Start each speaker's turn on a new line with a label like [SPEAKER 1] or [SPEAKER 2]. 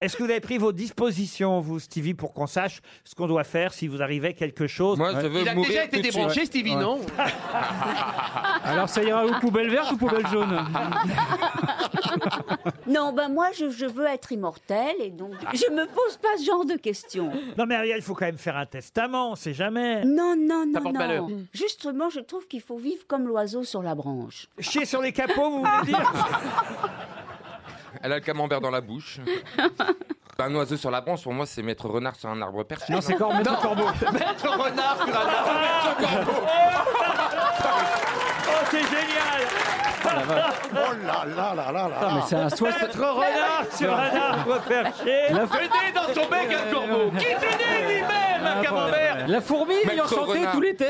[SPEAKER 1] Est-ce que vous avez pris vos dispositions, vous, Stevie, pour qu'on sache ce qu'on doit faire si vous arrivez quelque chose
[SPEAKER 2] Moi, je veux Il a mourir déjà été tout de suite. débranché, Stevie, non
[SPEAKER 3] Alors ça ira aux poubelles vertes ou poubelles jaunes
[SPEAKER 4] Non, ben moi, je, je veux être immortel et donc
[SPEAKER 1] Ah.
[SPEAKER 4] je me pose pas ce genre de questions.
[SPEAKER 1] Non, mais Ariel, il faut quand même faire un testament, on sait jamais.
[SPEAKER 4] Non, non,
[SPEAKER 1] Ça
[SPEAKER 4] non,
[SPEAKER 1] porte malheur.
[SPEAKER 4] non. Justement, je trouve qu'il faut vivre comme l'oiseau sur la branche.
[SPEAKER 1] Chier sur les capots, vous voulez dire
[SPEAKER 2] Elle a le camembert dans la bouche. Un oiseau sur la branche, pour moi, c'est mettre renard sur un arbre perché.
[SPEAKER 3] Non, c'est corbeau, c'est corbeau.
[SPEAKER 2] Mettre renard sur un arbre perché, corbeau.
[SPEAKER 1] Oh, c'est génial
[SPEAKER 5] Oh là là là là là
[SPEAKER 3] mais c'est un soix-
[SPEAKER 1] Mettre renard sur un arbre perché
[SPEAKER 3] La,
[SPEAKER 6] Venez dans son bec un corbeau Qui venait lui-même un camembert
[SPEAKER 3] la fourmi
[SPEAKER 2] Maître
[SPEAKER 3] ayant chanté
[SPEAKER 2] renard.
[SPEAKER 3] tout l'été